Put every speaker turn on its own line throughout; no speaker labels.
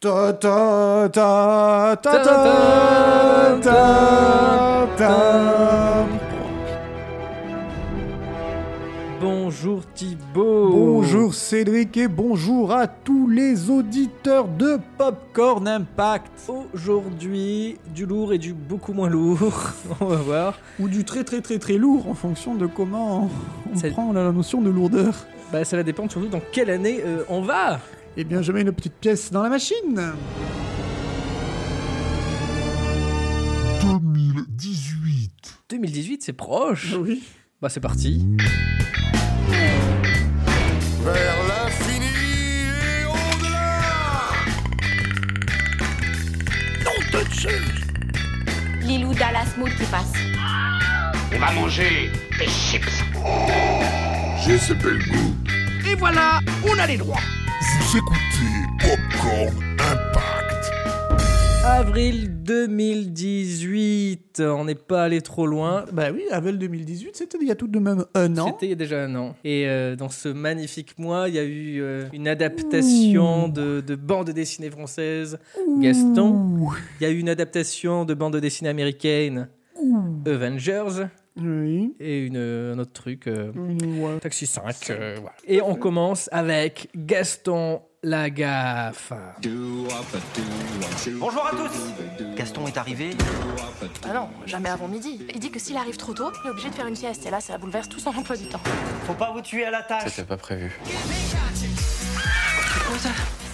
Ta ta ta ta ta ta ta.
Bonjour Thibaut.
Bonjour Cédric et bonjour à tous les auditeurs de Popcorn Impact
Aujourd'hui, du lourd et du beaucoup moins lourd. On va voir.
ou du très très très très lourd en fonction de comment on
Ça-
prend la notion de lourdeur.
Bah, ça va dépendre surtout dans quelle année euh, on va.
Eh bien, je mets une petite pièce dans la machine.
2018.
2018, c'est proche.
Oui.
Bah, c'est parti.
Vers l'infini et au-delà
Lilou Dallas Mood qui passe.
On va manger des chips.
Je sais pas le goût.
Et voilà, on a les droits.
Vous écoutez Popcorn Impact.
Avril 2018. On n'est pas allé trop loin.
Bah oui, Avel 2018, c'était il y a tout de même un an.
C'était il y a déjà un an. Et euh, dans ce magnifique mois, il y a eu euh, une adaptation de, de bande dessinée française, Gaston.
Ouh.
Il y a eu une adaptation de bande dessinée américaine, Avengers.
Oui.
Et une, un autre truc, euh,
Mm, ouais.
Taxi 5. euh, voilà. Et on commence avec Gaston Lagaffe.
Bonjour à tous Gaston est arrivé
Ah non, jamais avant midi. Il dit que s'il arrive trop tôt, il est obligé de faire une sieste. Et là, ça bouleverse tout son emploi du temps.
Faut pas vous tuer à la tâche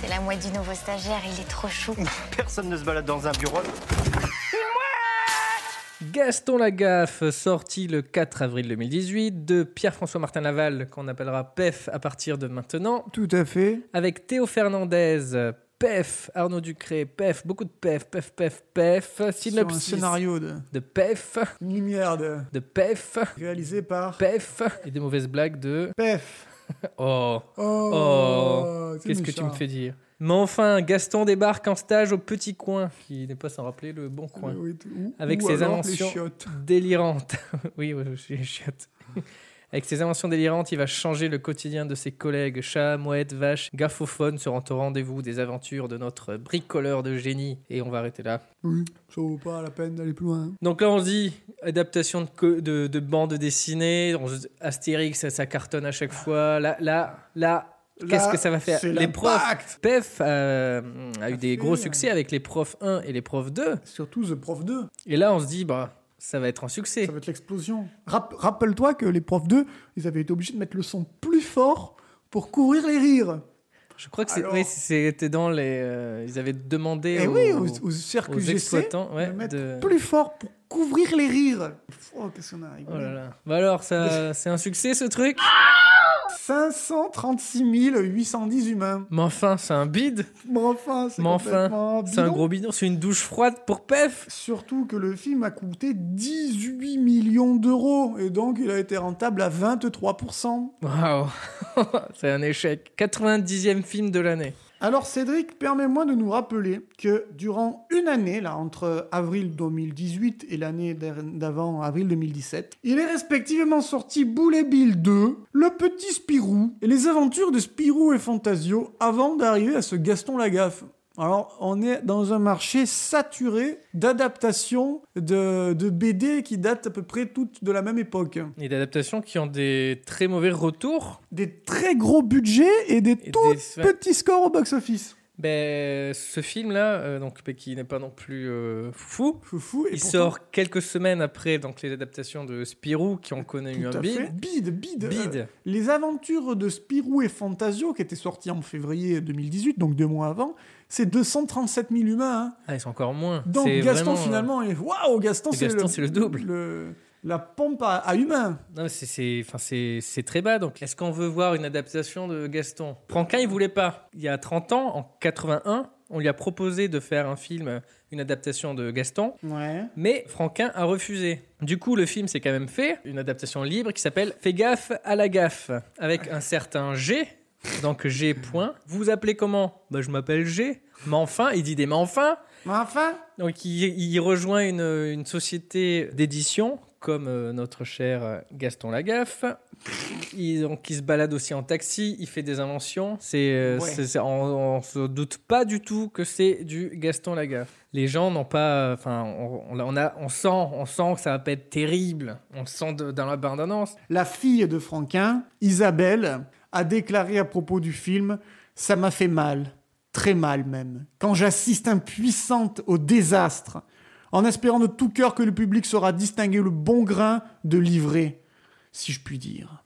C'est la mouette du nouveau stagiaire, il est trop chou.
Personne ne se balade dans un bureau.
Gaston Lagaffe, sorti le 4 avril 2018 de Pierre-François Martin Laval, qu'on appellera PEF à partir de maintenant,
Tout à fait.
avec Théo Fernandez. PEF, Arnaud Ducré, PEF, beaucoup de PEF, PEF, PEF, PEF,
Sur un
synopsis
scénario de
de PEF,
lumière de-
de PEF,
réalisé par
PEF, et des mauvaises blagues de...
Pef.
Oh,
Oh, c'est
Qu'est-ce que tu
méchant.
me fais dire Mais enfin, Gaston débarque en stage au petit coin, qui n'est pas sans rappeler le bon coin.
Ah, Oui, t- ou-
Avec
ou
ses
alors les
inventions.
chiottes.
Délirante. oui, oui, je suis chiotte. Avec ses inventions délirantes, il va changer le quotidien de ses collègues chats, mouettes, vaches, gaffophones seront au rendez-vous des aventures de notre bricoleur de génie. Et on va arrêter là.
Oui, ça vaut pas la peine d'aller plus loin. hein.
Donc là, on se dit adaptation de, co- de, de bande dessinée. On se- Astérix, ça, ça cartonne à chaque fois. Là, là, là. Qu'est-ce
Là,
que ça va faire
c'est
Les profs,
l'impact.
PEF euh, a eu des
fait,
gros
ouais.
succès avec les profs 1 et les profs 2.
Surtout The Prof 2,
Et là, on se dit, bah, ça va être un succès.
ça va être l'explosion. Rap- Rappelle-toi que les profs 2, ils avaient été obligés de mettre le son plus fort pour couvrir les rires.
Je crois que c'est-
Alors-
oui, c'était dans les. euh, ils avaient demandé
Et,
aux,
Eh oui, aux, aux cirques
aux
UGC,
exploitants ouais,
de mettre
de-
plus fort pour couvrir les rires. Oh, qu'est-ce qu'on a rigolé.
Oh là là. Bah alors, ça, c'est un succès ce truc
536 810 humains.
Mais enfin, c'est un bide
Mais enfin, c'est
Mais enfin,
complètement
c'est un
bidon.
gros bidon, c'est une douche froide pour PEF
Surtout que le film a coûté 18 millions d'euros et donc il a été rentable à 23%.
Waouh C'est un échec. 90e film de l'année.
Alors Cédric, permets-moi de nous rappeler que durant une année, là, entre avril 2018 et l'année d'ar- d'avant, avril 2017, il est respectivement sorti Boule et Bill 2, Le Petit Spirou et Les Aventures de Spirou et Fantasio avant d'arriver à ce Gaston Lagaffe. Alors, on est dans un marché saturé d'adaptations de, de BD qui datent à peu près toutes de la même époque.
Et d'adaptations qui ont des très mauvais retours.
Des très gros budgets et des
Et
tout
des-
petits scores au box-office.
Ben, ce film-là, euh, donc mais qui n'est pas non plus euh, fou,
Foufou, et
il
pourtant-
sort quelques semaines après donc les adaptations de Spirou qui ont connu
Tout
un
à fait.
bide.
Bide, bide.
Bide.
Euh, les aventures de Spirou et Fantasio, qui étaient sorties en février 2018, donc deux mois avant, c'est 237 000 humains. hein.
Ah, ils sont encore moins.
Donc
C'est
Gaston,
vraiment, euh,
finalement, est... Waouh, Gaston,
Et Gaston, c'est le double.
le- La pompe à, à humains.
non, mais c'est- c'est enfin, c'est- c'est très bas. Donc, est-ce qu'on veut voir une adaptation de Gaston Franquin, il voulait pas. Il y a 30 ans, en 81, on lui a proposé de faire un film, une adaptation de Gaston,
Ouais.
mais Franquin a refusé. Du coup, le film s'est quand même fait, une adaptation libre qui s'appelle Fais gaffe à la gaffe, avec un certain G. Donc G. Point. Vous vous appelez comment Bah je m'appelle G. Mais enfin, il dit des mais enfin.
Mais enfin,
Donc il, il rejoint une, une société d'édition comme euh, notre cher euh, Gaston Lagaffe. Il, donc, il se balade aussi en taxi, il fait des inventions. C'est, euh,
Ouais.
c'est- c'est- on, on se doute pas du tout que c'est du Gaston Lagaffe. Les gens n'ont pas, enfin, on, on- on a, on sent, on sent que ça va pas être terrible. On le sent de- dans l'abondance.
La fille de Franquin, Isabelle, a déclaré à propos du film Ça m'a fait mal, très mal même, quand j'assiste impuissante au désastre, en espérant de tout cœur que le public saura distinguer le bon grain de l'ivraie, si je puis dire.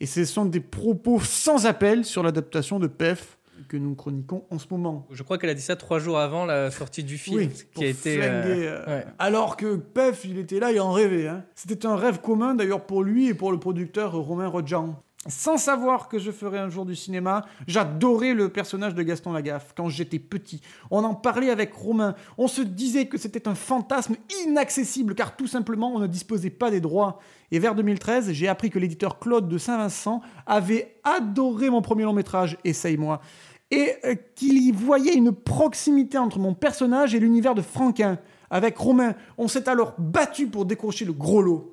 Et ce sont des propos sans appel sur l'adaptation de PEF que nous chroniquons en ce moment.
Je crois qu'elle a dit ça trois jours avant la sortie du film,
Oui,
ce
pour
qui a été. euh,
flinguer, euh,
ouais.
Alors que Pef, il était là, il en rêvait. hein. C'était un rêve commun d'ailleurs pour lui et pour le producteur euh, Romain Rojan. Sans savoir que je ferais un jour du cinéma, j'adorais le personnage de Gaston Lagaffe quand j'étais petit. On en parlait avec Romain. On se disait que c'était un fantasme inaccessible car tout simplement on ne disposait pas des droits. Et vers 2013, j'ai appris que l'éditeur Claude de Saint-Vincent avait adoré mon premier long métrage, Essaye-moi, et euh, qu'il y voyait une proximité entre mon personnage et l'univers de Franquin. Avec Romain, on s'est alors battu pour décrocher le gros lot.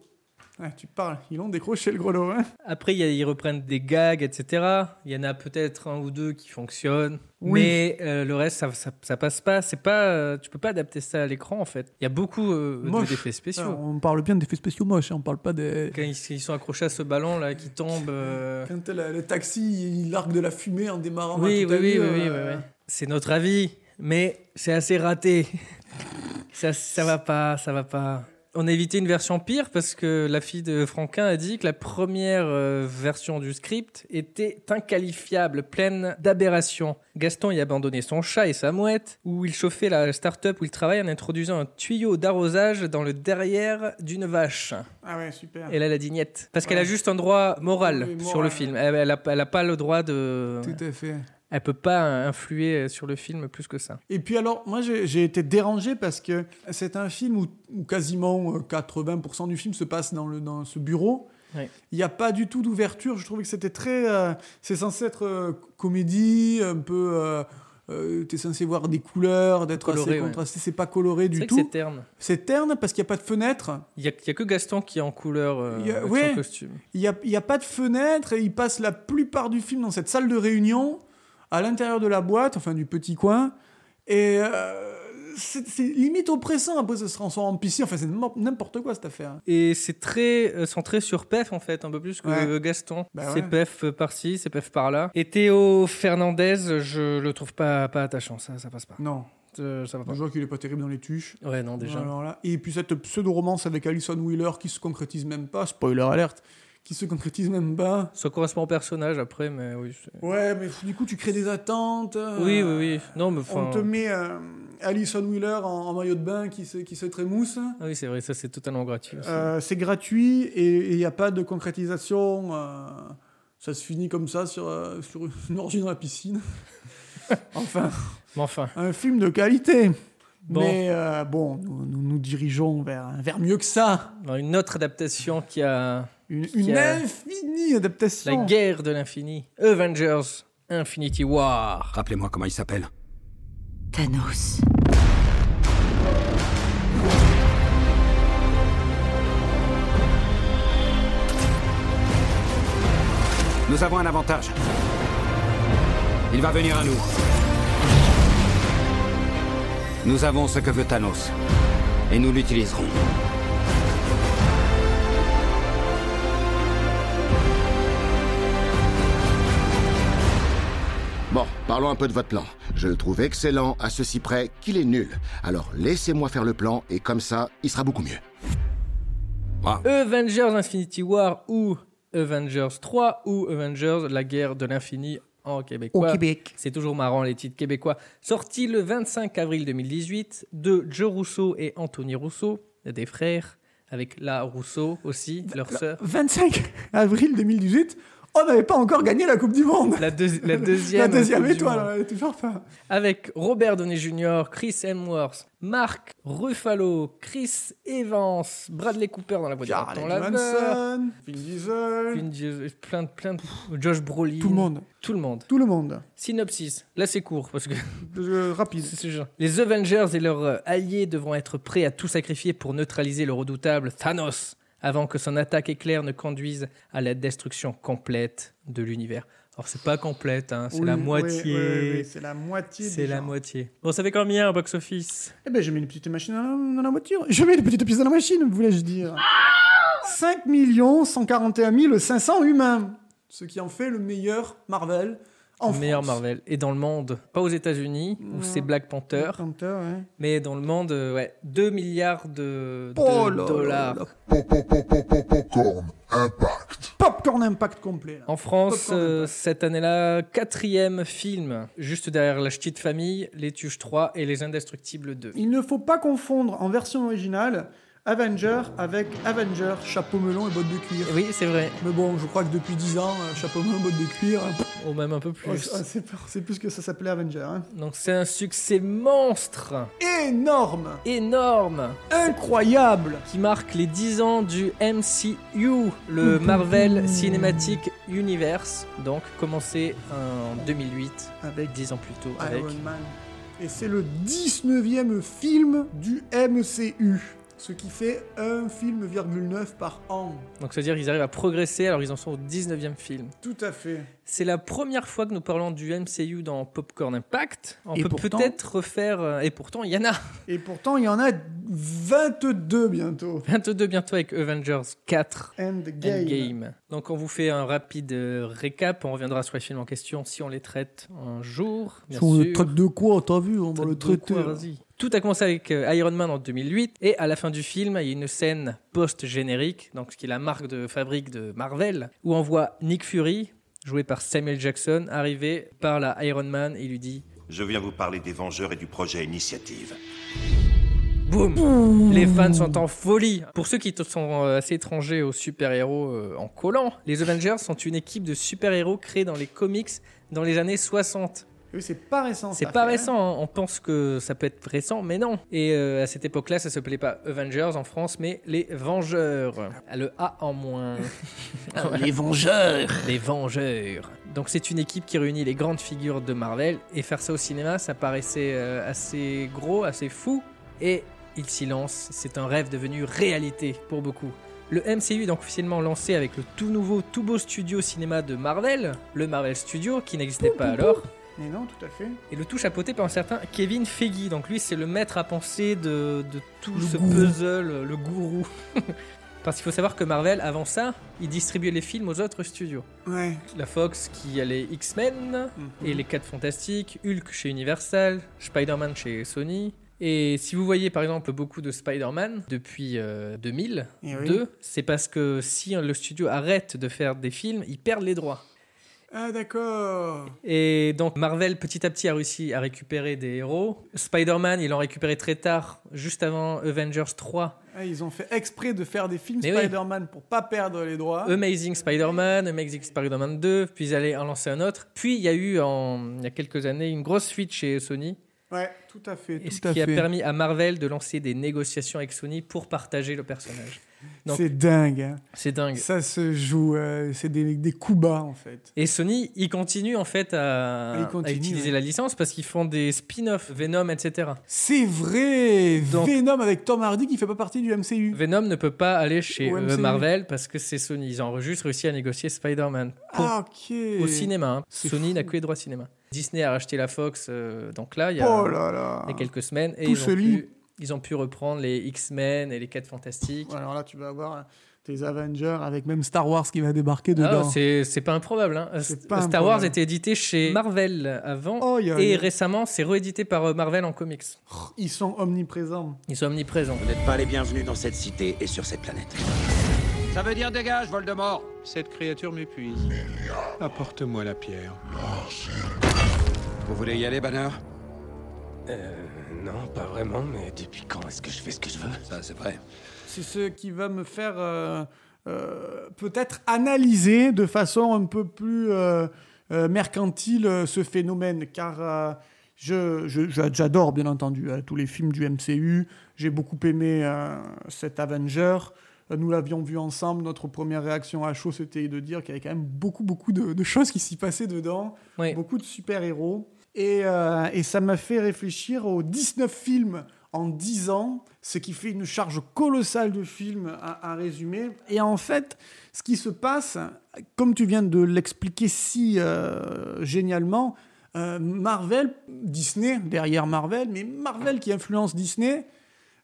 Ouais, Ah, tu parles, ils l'ont décroché le gros lot. Hein
Après, il y a- ils reprennent des gags, etc. Il y en a peut-être un ou deux qui fonctionnent,
Oui.
mais euh, le reste, ça, ça, ça passe pas. C'est pas, euh, tu peux pas adapter ça à l'écran en fait. Il y a beaucoup euh, de-
Moche. Ah,
d'effets spéciaux.
Alors, on parle bien d'effets spéciaux moches, hein, on parle pas des...
Quand ils, ils sont accrochés à ce ballon là qui tombe. euh,
Quand le, taxi, il largue de la fumée en démarrant.
Oui, oui, oui, oui, oui,
euh,
oui, oui. C'est notre avis, mais c'est assez raté. ça, ça va pas, ça va pas. On a évité une version pire parce que la fille de Franquin a dit que la première euh, version du script était inqualifiable, pleine d'aberrations. Gaston y abandonnait son chat et sa mouette, où il chauffait la start-up où il travaille en introduisant un tuyau d'arrosage dans le derrière d'une vache.
Ah ouais, super.
Et là, la dignette. Parce qu'elle
Ouais.
a juste un droit moral,
Oui,
sur le
moral.
film. Elle, elle a, elle a pas le droit de
Tout à fait.
elle peut pas influer euh, sur le film plus que ça.
Et puis alors, moi j'ai j'ai été dérangé parce que c'est un film où, où quasiment euh, 80% du film se passe dans, le, dans ce bureau.
Ouais.
Il n'y a pas du tout d'ouverture. Je trouvais que c'était très. euh, c'est censé être euh, comédie, un peu. Euh, euh, T'es censé voir des couleurs, d'être
Coloré,
assez
ouais.
contrasté. C'est pas coloré
C'est
du
vrai que c'est
tout.
terne.
C'est terne parce qu'il n'y a pas de fenêtre.
Il y, a- il y a que Gaston qui est en couleur euh,
Il y a-
avec
ouais.
son costume.
Il n'y a, il y a pas de fenêtre et il passe la plupart du film dans cette salle de réunion, à l'intérieur de la boîte, enfin du petit coin. Et euh, c'est c'est limite oppressant. Après, ça se transforme en piscine. Enfin, c'est n'importe- n'importe quoi cette affaire.
Et c'est très euh, centré sur Pef en fait, un peu plus que
Ouais.
euh, Gaston.
Bah
c'est
ouais.
Pef par-ci, c'est Pef par-là. Et Théo Fernandez, je le trouve pas, pas attachant, ça, ça passe pas.
Non,
Euh, ça va
je
pas.
vois qu'il est pas terrible dans les tuches.
Ouais, non, déjà.
Alors là. Et puis cette pseudo-romance avec Alison Wheeler qui se concrétise même pas, spoiler alerte, qui se concrétise même pas.
Ça correspond au personnage après, mais oui. c'est-
Ouais, mais du coup, tu crées des attentes. euh,
Oui, oui, oui. Non, mais enfin.
On te met euh, Alison Wheeler en, en maillot de bain qui se, qui se trémousse.
Ah oui, c'est vrai, ça c'est totalement gratuit. aussi.
Euh, c'est gratuit et il n'y a pas de concrétisation. euh, ça se finit comme ça sur, euh, sur une orgie dans la piscine. enfin,
Mais enfin,
un film de qualité.
Bon.
Mais euh, bon, nous, nous nous dirigeons vers, vers mieux que ça.
dans une autre adaptation qui a
Une,
Qui
une
a-
infinie
la
adaptation.
guerre de l'infini, Avengers Infinity War.
Rappelez-moi comment il s'appelle.
Thanos.
Nous avons un avantage. Il va venir à nous. Nous avons ce que veut Thanos. Et nous l'utiliserons.
Bon, parlons un peu de votre plan. Je le trouve excellent à ceci près qu'il est nul. Alors laissez-moi faire le plan et comme ça, il sera beaucoup mieux.
Avengers Infinity War ou Avengers 3 ou Avengers La guerre de l'infini en québécois.
Québec.
C'est toujours marrant les titres québécois. Sorti le 25 avril 2018 de Joe Rousseau et Anthony Rousseau, des frères, avec la Rousseau aussi, leur sœur.
25 avril 2018, on n'avait pas encore gagné la Coupe du Monde.
La, deuxi- la
La
deuxième.
deuxième
Coupe du
étoile,
Monde.
on l'avait toujours pas.
Avec Robert Downey Jr., Chris Hemsworth, Mark Ruffalo, Chris Evans, Bradley Cooper dans la voiture.
Carl Manson, Vin Diesel,
Plein de, plein de, Josh Brolin.
tout le monde.
Tout le monde.
Tout le monde.
Synopsis. Là, c'est court parce que
Euh, rapide.
c'est ce genre. les Avengers et leurs euh, alliés devront être prêts à tout sacrifier pour neutraliser le redoutable Thanos. avant que son attaque éclair ne conduise à la destruction complète de l'univers. Alors c'est pas complète, hein, c'est
Oui,
la
oui,
moitié.
oui, oui, c'est la moitié.
C'est
du
la
genre.
moitié. Bon, ça fait combien au box-office
Eh ben, je mets une petite machine dans la, dans la voiture. Je mets une petite pièce dans la machine, voulais-je dire. 5 141 500 humains. Ce qui en fait le meilleur Marvel en
Meilleur
France.
Marvel. Et dans le monde, pas aux États-Unis, où
Non.
c'est Black Panther,
Panther, ouais.
mais dans le monde, euh, ouais, 2 milliards de, de
Oh là là
dollars.
là.
Pop, pop, pop, pop, pop, Popcorn Impact.
Popcorn Impact complet. là.
En France,
Popcorn
euh,
Impact.
cette année-là, quatrième film, juste derrière La Ch'tite Famille, Les Tuches 3 et Les Indestructibles 2.
Il ne faut pas confondre en version originale Avenger avec Avenger, chapeau melon et bottes de cuir.
Oui, c'est vrai.
Mais bon, je crois que depuis 10 ans, euh, chapeau melon, bottes de cuir, euh, pff,
Ou même un peu plus.
oh, c'est c'est plus que ça s'appelait Avenger. hein.
Donc c'est un succès monstre,
Énorme,
énorme,
incroyable.
qui marque les 10 ans du MCU, le Marvel Cinematic Universe. Donc commencé en 2008,
Avec
10 ans plus tôt, avec
Iron Man. Et c'est le 19e film du MCU. Ce qui fait un film, virgule neuf par an.
Donc, c'est-à-dire qu'ils arrivent à progresser alors ils en sont au 19e film.
Tout à fait.
C'est la première fois que nous parlons du MCU dans Popcorn Impact. On
Et
peut
pourtant-
peut-être refaire. euh, Et pourtant, il y en a
Et pourtant, il y en a 22 bientôt.
22 bientôt avec Avengers 4.
Endgame.
Endgame. Donc on vous fait un rapide euh, récap, on reviendra sur les films en question si on les traite un jour. Bien
Sur le
sûr.
traite de quoi, t'as vu On va
Traite
le
de
traiter.
quoi, vas-y. euh, Tout a commencé avec euh, Iron Man en 2008 et à la fin du film, il y a une scène post-générique, donc ce qui est la marque de fabrique de Marvel, où on voit Nick Fury, joué par Samuel Jackson, arriver par la Iron Man et il lui dit
Je viens vous parler des Vengeurs et du projet Initiative.
Boum Les fans sont en folie. Pour ceux qui t- sont euh, assez étrangers aux super-héros euh, en collant, les Avengers sont une équipe de super-héros créée dans les comics dans les années 60.
Oui, c'est pas récent.
C'est
ça,
pas
fait, hein.
récent, hein. on pense que ça peut être récent, mais non. Et euh, à cette époque-là, ça s'appelait pas Avengers en France, mais les Vengeurs. Ah, Le A en moins.
Ah, Les Vengeurs.
les Vengeurs. Donc c'est une équipe qui réunit les grandes figures de Marvel, et faire ça au cinéma, ça paraissait euh, assez gros, assez fou. Et il s'y lance, c'est un rêve devenu réalité pour beaucoup. Le MCU est donc officiellement lancé avec le tout nouveau, tout beau studio cinéma de Marvel, le Marvel Studio, qui n'existait pas alors.
Mais non, tout à fait.
Et le tout chapeauté par un certain Kevin Feige. Donc lui, c'est le maître à penser de, de tout
Le
ce
gourou.
puzzle, le gourou. Parce qu'il faut savoir que Marvel, avant ça, il distribuait les films aux autres studios.
Ouais.
La Fox qui a les X-Men
Mhm.
et les 4 Fantastiques, Hulk chez Universal, Spider-Man chez Sony. Et si vous voyez par exemple beaucoup de Spider-Man depuis euh, 2000,
Eh oui.
deux, c'est parce que si le studio arrête de faire des films, ils perdent les droits.
Ah, d'accord.
Et donc Marvel petit à petit a réussi à récupérer des héros. Spider-Man, ils l'ont récupéré très tard, juste avant Avengers 3.
Ah, ils ont fait exprès de faire des films
Mais oui.
Spider-Man pour pas perdre les droits.
Amazing Spider-Man, Amazing Spider-Man 2, puis ils allaient en lancer un autre. Puis il y a eu en, il y a quelques années une grosse fuite chez Sony,
Ouais, tout à fait.
et ce
tout à
qui a
fait.
permis à Marvel de lancer des négociations avec Sony pour partager le personnage. Donc-
C'est dingue. hein.
C'est dingue.
Ça se joue. euh, c'est des, des coups bas, en fait.
Et Sony, ils continuent en fait à,
Ils continuent,
à utiliser
ouais.
la licence parce qu'ils font des spin-offs, Venom, etc.
C'est vrai.
Donc-
Venom avec Tom Hardy qui fait pas partie du MCU.
Venom ne peut pas aller chez
Au
euh,
MCU.
Marvel parce que c'est Sony. Ils ont juste réussi à négocier Spider-Man pour-
Ah, ok.
au cinéma. hein.
C'est
Sony
fou.
n'a que les droits cinéma. Disney a racheté la Fox, euh, donc là, il y a,
Oh là là.
il y a quelques semaines. Et
Tout
ils
se
ont,
lit.
pu, ils ont pu reprendre les X-Men et les 4 Fantastiques.
Alors là, tu vas avoir euh, tes Avengers avec même Star Wars qui va débarquer
Ah,
dedans.
c'est c'est pas improbable. hein.
C'est
St-
pas
Star Wars
improbable.
était édité chez Marvel avant.
Oh, y a-
et récemment, c'est réédité par euh, Marvel en comics.
ils sont omniprésents.
Ils sont omniprésents.
Pas les bienvenus dans cette cité et sur cette planète.
Ça veut dire dégage, Voldemort Cette créature m'épuise. Apporte-moi la pierre. Vous voulez y aller, Banner
Euh, Non, pas vraiment, mais depuis quand est-ce que je fais ce que je veux Ça, c'est vrai.
C'est ce qui va me faire euh, euh, peut-être analyser de façon un peu plus euh, euh, mercantile euh, ce phénomène, car euh, je- je- je- j'adore bien entendu hein, tous les films du MCU. J'ai beaucoup aimé euh, cet Avenger. Euh, Nous l'avions vu ensemble. Notre première réaction à chaud, c'était de dire qu'il y avait quand même beaucoup, beaucoup de, de choses qui s'y passaient dedans.
Oui.
Beaucoup de super-héros. Et, euh, et ça m'a fait réfléchir aux 19 films en 10 ans, ce qui fait une charge colossale de film à, à résumer. Et en fait, ce qui se passe, comme tu viens de l'expliquer si euh, génialement, euh, Marvel, Disney, derrière Marvel, mais Marvel qui influence Disney,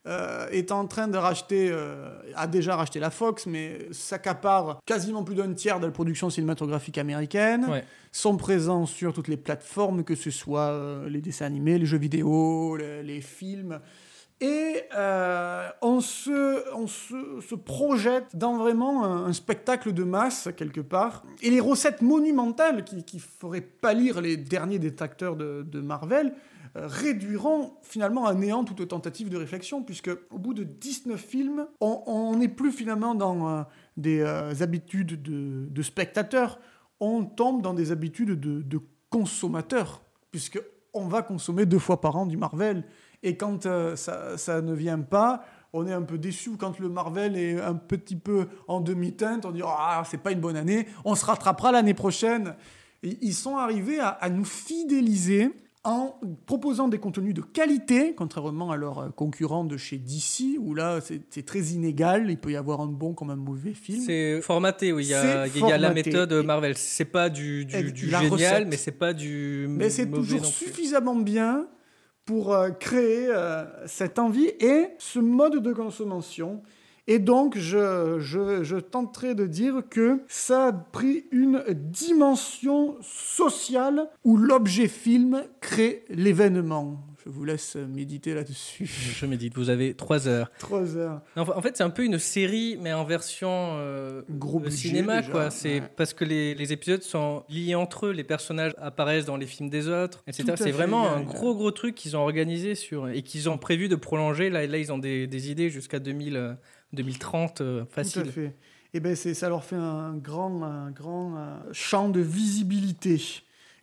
euh, est en train de racheter, euh, a déjà racheté la Fox, mais s'accapare quasiment plus d'un tiers de la production cinématographique américaine,
Ouais.
sont présents sur toutes les plateformes, que ce soit euh, les dessins animés, les jeux vidéo, le- les films. Et euh, on, se, on se, se projette dans vraiment un, un spectacle de masse, quelque part. Et les recettes monumentales qui, qui feraient pâlir les derniers détracteurs de, de Marvel euh, réduiront finalement à néant toute tentative de réflexion, puisque au bout de 19 films, on- on n'est plus finalement dans euh, des euh, habitudes de, de spectateurs, on tombe dans des habitudes de, de consommateurs, puisque on va consommer deux fois par an du Marvel. Et quand euh, ça, ça ne vient pas, on est un peu déçu. Quand le Marvel est un petit peu en demi-teinte, on dit Ah, c'est pas une bonne année, on se rattrapera l'année prochaine. Et ils sont arrivés à, à nous fidéliser en proposant des contenus de qualité, contrairement à leurs euh, concurrents de chez DC, où là, c'est c'est très inégal. Il peut y avoir un bon comme un mauvais film.
C'est formaté, oui. Il y, a
C'est
il y a la
formaté.
méthode Marvel. C'est pas du, du,
Et
du
la
génial,
recette.
mais c'est pas du.
mais c'est
mauvais
toujours
non plus.
suffisamment bien pour euh, créer euh, cette envie et ce mode de consommation. Et donc, je, je, je tenterai de dire que ça a pris une dimension sociale où l'objet film crée l'événement. Je vous laisse méditer là-dessus.
Je médite, vous avez trois heures.
Trois heures.
En en fait, c'est un peu une série, mais en version euh,
Gros
euh,
budget,
cinéma,
déjà.
quoi. C'est
Ouais.
parce que les, les épisodes sont liés entre eux, les personnages apparaissent dans les films des autres,
Tout
etc.
à fait,
C'est vraiment
il y a-
un gros, gros truc qu'ils ont organisé sur et qu'ils ont prévu de prolonger. Là, là ils ont des, des idées jusqu'à 2000, euh, 2030, euh,
Tout à
facile.
fait. Et ben c'est ça leur fait un grand, un grand euh, champ de visibilité.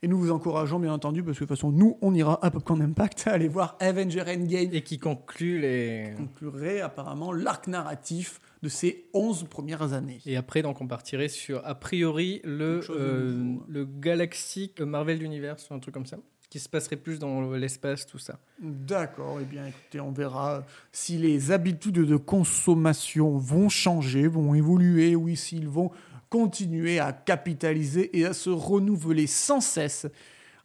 Et nous vous encourageons bien entendu parce que de toute façon nous on ira à Popcorn Impact à aller voir Avenger Endgame et
Et qui conclut les.
conclurait apparemment l'arc narratif de ces 11 premières années.
Et après, donc, on partirait sur, a priori, le,
Quelque chose de
euh,
nouveau, ouais.
le Galaxy, le Marvel Universe, un truc comme ça, qui se passerait plus dans l'espace, tout ça.
D'accord, et bien écoutez, on verra si les habitudes de consommation vont changer, vont évoluer, ou s'ils vont continuer à capitaliser et à se renouveler sans cesse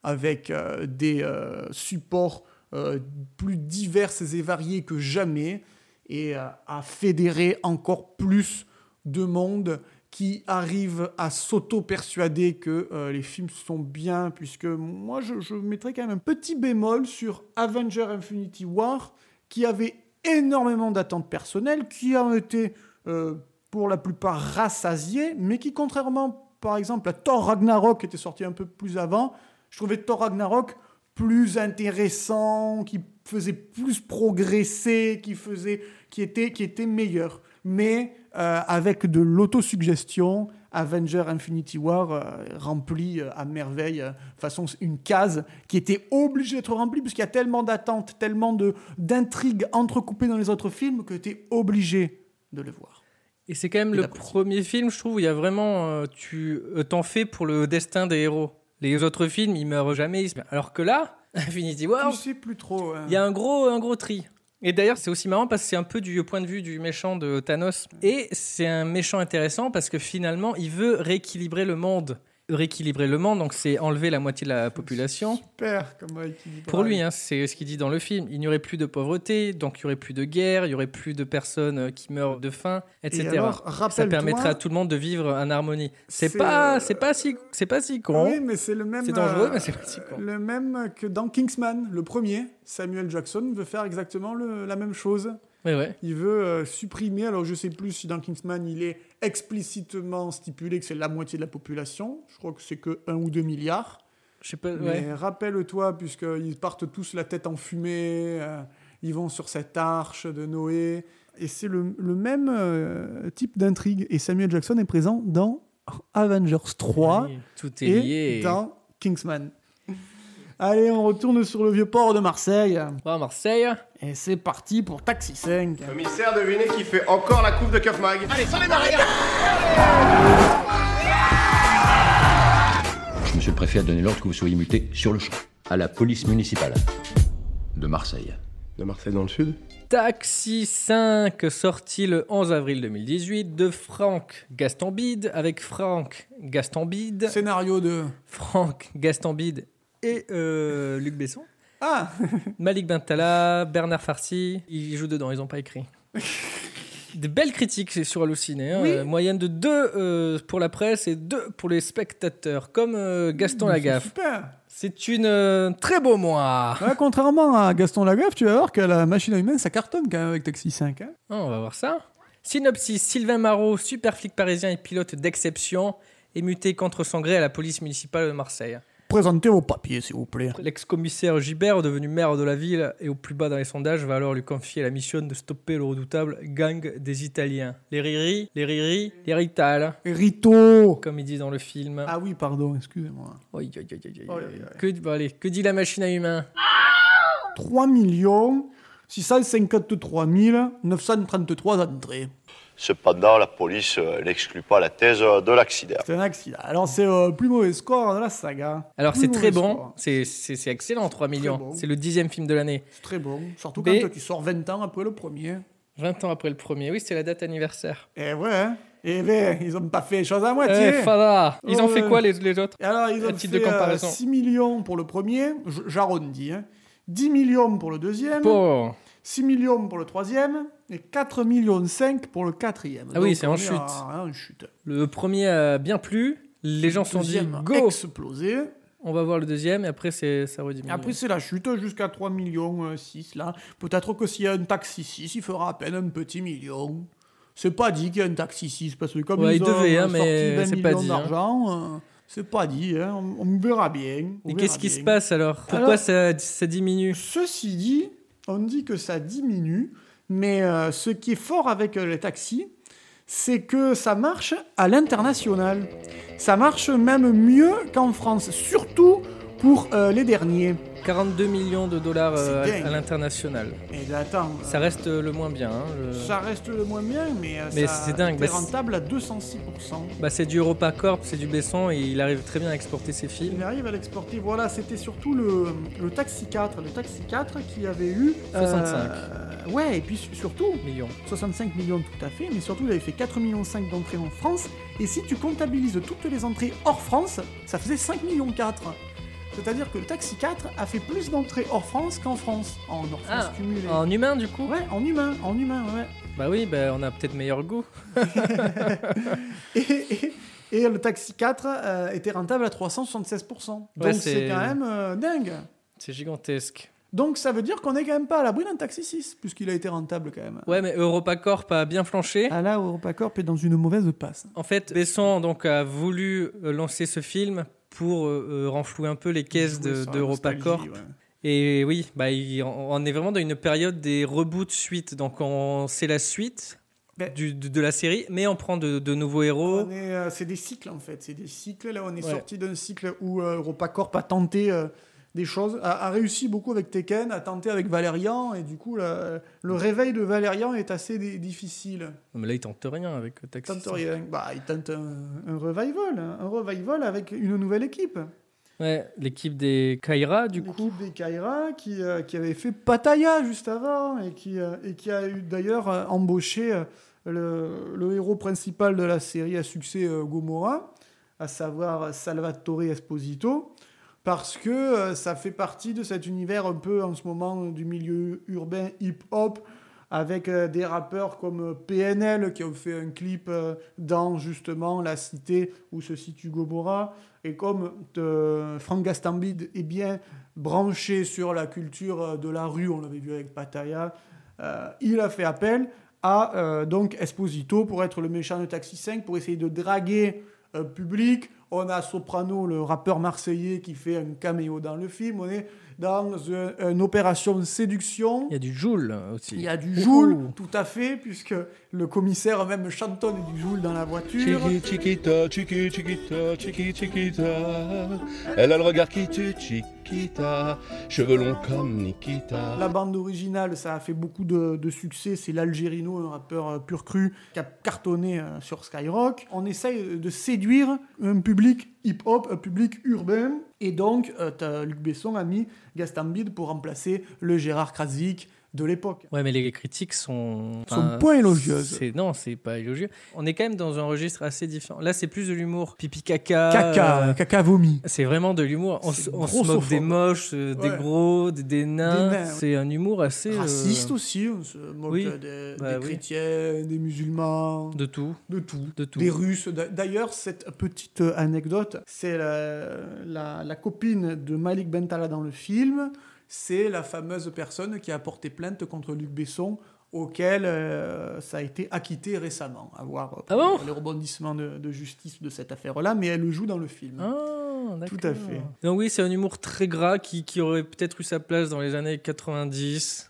avec euh, des euh, supports euh, plus divers et variés que jamais, et euh, à fédérer encore plus de monde qui arrive à s'auto-persuader que euh, les films sont bien, puisque moi je, je mettrais quand même un petit bémol sur Avenger Infinity War, qui avait énormément d'attentes personnelles, qui ont été euh, pour la plupart rassasiées, mais qui contrairement par exemple à Thor Ragnarok, qui était sorti un peu plus avant, je trouvais Thor Ragnarok plus intéressant, qui faisait plus progresser, qui faisait, qui était, qui était meilleur. Mais euh, avec de l'autosuggestion, Avenger Infinity War euh, remplit euh, à merveille, euh, façon une case qui était obligée d'être remplie puisqu'il y a tellement d'attentes, tellement de d'intrigues entrecoupées dans les autres films que tu es obligé de le voir.
Et c'est quand même
Et
le
la politique.
premier film, je trouve, où il y a vraiment. euh, tu euh, t'en fais pour le destin des héros. Les autres films, ils meurent jamais. ils se- Alors que là, Infinity War,
Je sais plus trop. hein.
il y a un gros, un gros tri. Et d'ailleurs, c'est aussi marrant parce que c'est un peu du point de vue du méchant de Thanos. Et c'est un méchant intéressant parce que finalement, il veut rééquilibrer le monde. Rééquilibrer le monde, donc c'est enlever la moitié de la population.
Super, comment équilibrer.
Pour lui, hein, c'est ce qu'il dit dans le film. Il n'y aurait plus de pauvreté, donc il n'y aurait plus de guerre, il n'y aurait plus de personnes euh, qui meurent de faim, etc.
Et alors,
ça
rappelle-toi-
permettra à tout le monde de vivre en harmonie. C'est
C'est,
pas,
euh, Ah
c'est pas si, c'est pas si con.
Oui, mais c'est le même.
C'est dangereux,
euh,
mais c'est pas si con.
Le même que dans Kingsman, le premier, Samuel Jackson veut faire exactement le- la même chose.
Mais ouais.
Il veut euh, supprimer, alors je sais plus si dans Kingsman il est explicitement stipulé que c'est la moitié de la population, je crois que c'est que 1 ou 2 milliards.
Je sais pas. ouais.
Mais rappelle-toi, puisqu'ils partent tous la tête en fumée, euh, ils vont sur cette arche de Noé, et c'est le, le même euh, type d'intrigue. Et Samuel Jackson est présent dans Avengers 3
Oui, Tout est
hein et
lié.
dans Kingsman. Allez, on retourne sur le vieux port de Marseille.
Bon, Marseille.
Et c'est parti pour Taxi 5.
Commissaire, devinez qui fait encore la coupe de Keuf Mag. Allez, sans les barrières
Monsieur le préfet a donné l'ordre que vous soyez muté sur le champ, à la police municipale de Marseille.
De Marseille dans le sud
Taxi 5, sorti le 11 avril 2018 de Franck Gastambide avec Franck Gastambide.
Scénario de.
Franck Gastambide et euh, Luc Besson.
Ah
Malik Bentala, Bernard Farsi, ils jouent dedans, ils n'ont pas écrit. Des belles critiques sur Allociné, hein,
Oui.
euh, moyenne de 2 pour la presse et 2 pour les spectateurs, comme euh, Gaston Lagaffe.
Super
C'est une euh, très beau mois.
Ouais, Contrairement à Gaston Lagaffe, tu vas voir que la machine à humaine, ça cartonne quand même avec Taxi 5. hein.
Ah, on va voir ça. Synopsis Sylvain Marot, super flic parisien et pilote d'exception, est muté contre son gré à la police municipale de Marseille.
Présentez vos papiers, s'il vous plaît.
L'ex-commissaire Gibert, devenu maire de la ville et au plus bas dans les sondages, va alors lui confier la mission de stopper le redoutable gang des Italiens. Les Riri, les Riri, les Rital,
Rito
comme il dit dans le film.
Ah Oh oui, pardon, excusez-moi.
Oi, oi, oi, oi, oi,
Oi,
oi.
oi, oi.
Que, bon, allez, que dit la machine à humains
3 653 933 entrées.
Cependant, la police euh, n'exclut pas la thèse euh, de l'accident.
C'est un accident. Alors, c'est euh, le plus mauvais score de la saga.
Alors
Plus
c'est
mauvais
très bon,
score.
c'est c'est- c'est excellent 3 millions,
bon.
c'est le dixième film de l'année.
C'est très bon. Surtout quand
Mais-
toi, tu sors 20 ans après le premier.
20 ans après le premier, oui c'est la date anniversaire.
Eh ouais. hein. Eh ben, ils ont pas fait les choses à moitié.
Eh, Fada Ils ont
Oh, Ouais.
fait quoi les, les autres
Et alors, ils
À
ont
titre
fait
de
euh,
comparaison.
6 millions pour le premier, j- j'arrondis, hein. 10 millions pour le deuxième,
Bon.
6 millions pour le troisième, et 4 millions 5 pour le quatrième.
Ah oui,
Donc,
c'est
on
en
est
chute.
à- en chute.
Le premier a bien plu, les gens se sont dit
Deuxième
go,
explosé.
on va voir le deuxième et après c'est ça rediminue.
Après, c'est la chute jusqu'à 3 millions 6, là. Peut-être que s'il y a un taxi 6, il fera à peine un petit million. C'est pas dit qu'il y a un taxi 6, parce que comme
Ouais,
ils
il devait,
ont euh,
hein,
sorti
mais
20
c'est
millions
pas dit, hein.
d'argent, euh, c'est pas dit, hein. on, on verra bien. on
Et
verra
qu'est-ce qui se
bien.
passe alors Pourquoi
Alors-
ça, ça diminue
Ceci dit, on dit que ça diminue, mais euh, ce qui est fort avec euh, les taxis, c'est que ça marche à l'international. Ça marche même mieux qu'en France, surtout pour euh, les derniers.
42 millions de dollars euh,
C'est dingue.
à, à l'international.
Et ben, attends, euh,
Ça reste euh, le moins bien. hein, le-
ça reste le moins bien, mais, euh,
Mais
ça
c'est dingue,
était
bah, c'est-
rentable à 206%.
Bah, c'est du EuropaCorp, c'est du Besson et il arrive très bien à exporter ses films.
Il arrive à l'exporter. Voilà, c'était surtout le, le Taxi 4. Le Taxi 4 qui avait eu... euh,
65.
ouais, et puis su- surtout,
Millions.
65 millions tout à fait, mais surtout il avait fait 4,5 millions d'entrées en France, et si tu comptabilises toutes les entrées hors France, ça faisait 5,4 millions C'est-à-dire que le Taxi 4 a fait plus d'entrées hors France qu'en France, en hors France
Ah,
cumulé.
En humain du coup
Ouais, en humain, en humain, ouais.
Bah oui, bah, on a peut-être meilleur goût.
Et, et- et le Taxi 4 euh, était rentable à 376%.
Ouais,
Donc c'est
c'est-
quand même euh, dingue.
C'est gigantesque.
Donc ça veut dire qu'on est quand même pas à l'abri d'un Taxi 6, puisqu'il a été rentable quand même.
Ouais, mais EuropaCorp a bien flanché.
Ah là, EuropaCorp est dans une mauvaise passe.
En fait, Besson donc a voulu euh, lancer ce film pour euh, euh, renflouer un peu les caisses
Jouer
de-
sur
de
la nostalgie,
EuropaCorp.
ouais.
Et oui, bah, il- on on est vraiment dans une période des reboots suites. Donc on- c'est la suite
Ben.
du- de, de la série, mais on prend de, de nouveaux héros.
On est, euh, c'est des cycles en fait, c'est des cycles. Là, on est
Ouais.
sorti d'un cycle où euh, EuropaCorp a tenté euh, des choses, a, a réussi beaucoup avec Tekken, a tenté avec Valérian, et du coup, là, le réveil de Valérian est assez di- difficile.
Non, mais là, il tente rien avec le
Il
Taxi.
tente rien. Bah, il tente un, un revival, hein, un revival avec une nouvelle équipe.
Ouais, L'équipe des Kaira, du coup.
L'équipe des Kaira qui, euh, qui avait fait Pattaya juste avant et qui, euh, et qui a eu d'ailleurs euh, embauché euh, le, le héros principal de la série à succès euh, Gomorrah, à savoir euh, Salvatore Esposito, parce que euh, ça fait partie de cet univers un peu en ce moment euh, du milieu urbain hip-hop avec euh, des rappeurs comme euh, PNL qui ont fait un clip euh, dans justement la cité où se situe Gomorrah et comme euh, Frank Gastambide est bien branché sur la culture euh, de la rue, on l'avait vu avec Pattaya, euh, il a fait appel à euh, donc Esposito pour être le méchant de Taxi 5, pour essayer de draguer un public. On a Soprano, le rappeur marseillais, qui fait un caméo dans le film. On est dans un- une opération séduction.
Il y a du Joule aussi.
Il y a du Joule, tout à fait, puisque le commissaire même chantonne du Joule dans la voiture.
Chiqui, chiquita, chiqui, chiquita, chiqui, chiquita. Elle a le regard qui tue, chiquita. Cheveux longs comme Nikita.
La bande originale, ça a fait beaucoup de, de succès. C'est l'Algérino, un rappeur euh, pur cru, qui a cartonné euh, sur Skyrock. On essaye euh, de séduire un public hip-hop, un public urbain. Et donc, euh, t'as- Luc Besson a mis Gaston Bide pour remplacer le Gérard Krasik de l'époque.
Ouais, mais les critiques sont.
Sont pas élogieuses.
c'est- Non, c'est pas élogieux. On est quand même dans un registre assez différent. Là, c'est plus de l'humour pipi caca.
Caca,
euh,
caca vomi.
C'est vraiment de l'humour. On, se- on se moque
grossophobe.
des moches, euh, des
Ouais.
gros, des, des nains.
Des nains, ouais.
C'est un humour assez. euh,
Raciste aussi, on se moque
oui,
des,
bah
des
oui.
chrétiens, des musulmans.
De tout.
De tout.
De tout.
Des Russes. D'a- D'ailleurs, cette petite euh, anecdote, c'est la, la- la copine de Malik Bentala dans le film. C'est la fameuse personne qui a porté plainte contre Luc Besson, auquel euh, ça a été acquitté récemment. À voir euh,
Ah bon
les rebondissements de, de justice de cette affaire-là, mais elle le joue dans le film.
Ah,
Tout
d'accord.
à fait.
Donc oui, c'est un humour très gras qui, qui aurait peut-être eu sa place dans les années 90.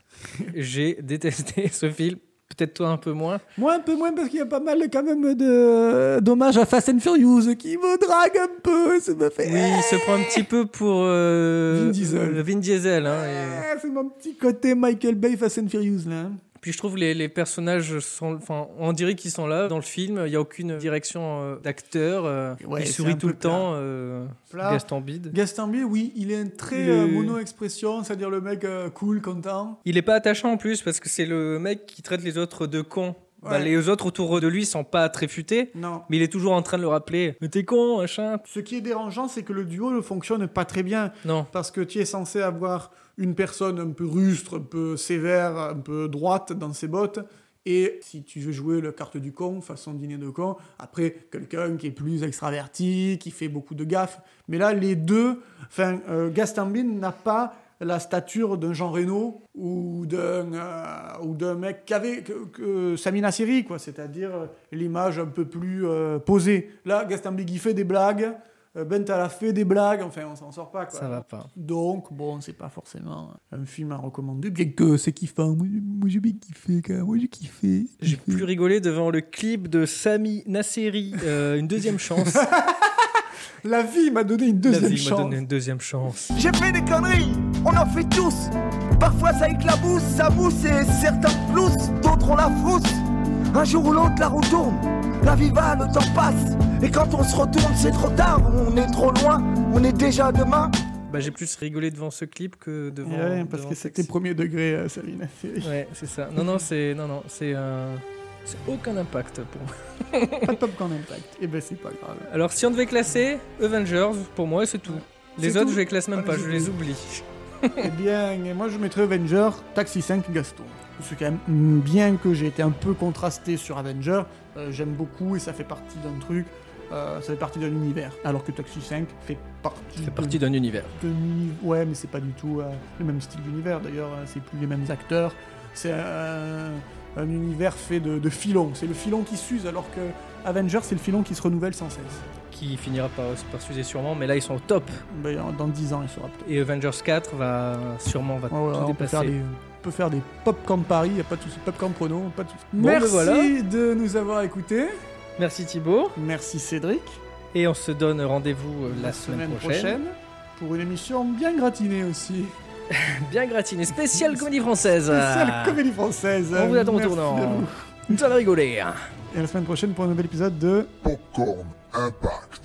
J'ai détesté ce film. Peut-être toi un peu moins.
Moi, un peu moins, parce qu'il y a pas mal quand même de dommages à Fast and Furious qui me drague un peu. Ça me fait. eh,
Oui, il se prend un petit peu pour euh,
Vin Diesel.
euh, Vin Diesel, hein, et-
Ah, c'est mon petit côté Michael Bay Fast and Furious là. hein.
Puis je trouve les, les personnages sont, enfin, on dirait qu'ils sont là dans le film. Il y a aucune direction euh, d'acteur. euh,
Ouais,
il
c'est
sourit
un
tout
peu
le temps. euh,
Plat.
Gaston Bide.
Gaston Bill, oui, il est un très
Il est-
euh, mono-expression, c'est-à-dire le mec euh, cool, content.
Il est pas attachant en plus parce que c'est le mec qui traite les autres de cons. Bah,
Ouais.
les autres autour de lui sont pas très futés,
Non.
mais il est toujours en train de le rappeler. Mais t'es con, machin.
Ce qui est dérangeant, c'est que le duo ne fonctionne pas très bien.
Non.
Parce que tu es censé avoir une personne un peu rustre, un peu sévère, un peu droite dans ses bottes. Et si tu veux jouer la carte du con, façon dîner de con, après quelqu'un qui est plus extraverti, qui fait beaucoup de gaffes. Mais là, les deux, enfin, euh, Gaston Bill n'a pas la stature d'un Jean Reno ou d'un euh, ou d'un mec qu'avait que, que Samina Seri quoi c'est-à-dire euh, l'image un peu plus euh, posée là Gaston Big il fait des blagues euh, Bentala fait des blagues enfin on s'en sort pas quoi
Ça va pas.
donc bon c'est pas forcément un film à recommander bien que c'est kiffant moi, moi j'ai bien kiffé quand même moi j'ai kiffé
J'ai plus rigolé devant le clip de Sami Nasseri, euh, une deuxième chance.
la vie m'a donné une
La
deuxième
vie m'a
chance
donné une deuxième chance.
J'ai fait des conneries, on en fait tous. Parfois ça éclabousse, ça mousse et certains floussent, d'autres on la frousse. Un jour ou l'autre la retourne, la vie va, le temps passe. Et quand on se retourne, c'est trop tard, on est trop loin, on est déjà demain.
Bah, j'ai plus rigolé devant ce clip que devant.
Eh Ouais, parce
devant
que c'était premier degré euh, Samina Seri
Ouais, c'est ça. Non, non, c'est non, non, c'est euh, c'est aucun impact pour moi.
pas top qu'en impact et ben c'est pas grave
Alors, si on devait classer Avengers, pour moi, c'est tout. Les
C'est
autres,
tout.
je les classe même
On
pas,
les
je les oublie.
Eh bien, moi je mettrais Avenger, Taxi 5, Gaston. C'est quand même mm, bien que j'ai été un peu contrasté sur Avenger. euh, J'aime beaucoup et ça fait partie d'un truc, euh, ça fait partie d'un univers. Alors que Taxi 5 fait partie.
C'est parti d'un univers.
d'un uni- Ouais, mais c'est pas du tout euh, le même style d'univers. D'ailleurs, euh, c'est plus les mêmes acteurs. C'est euh, un univers fait de, de filons. C'est le filon qui s'use, alors que Avenger, c'est le filon qui se renouvelle sans cesse.
Qui finira par, par s'user sûrement, mais là, ils sont au top.
Ben, dans 10 ans, il sera peut-être.
Et Avengers 4 va sûrement va
Ouais, ouais,
tout
on, peut faire
dépasser.
des, on peut faire des Popcorn Paris, y a pas de souci. Popcorn Prono, pas de souci.
Bon,
Merci
ben voilà.
de nous avoir écoutés.
Merci Thibaut.
Merci Cédric.
Et on se donne rendez-vous euh, la, semaine, prochaine.
pour une émission bien gratinée aussi.
Bien gratiné, spécial comédie française.
Spéciale comédie française.
Ah. On vous attend au
Merci à
tournant.
vous.
Vous allez rigoler.
Et à la semaine prochaine pour un nouvel épisode de
Popcorn Impact.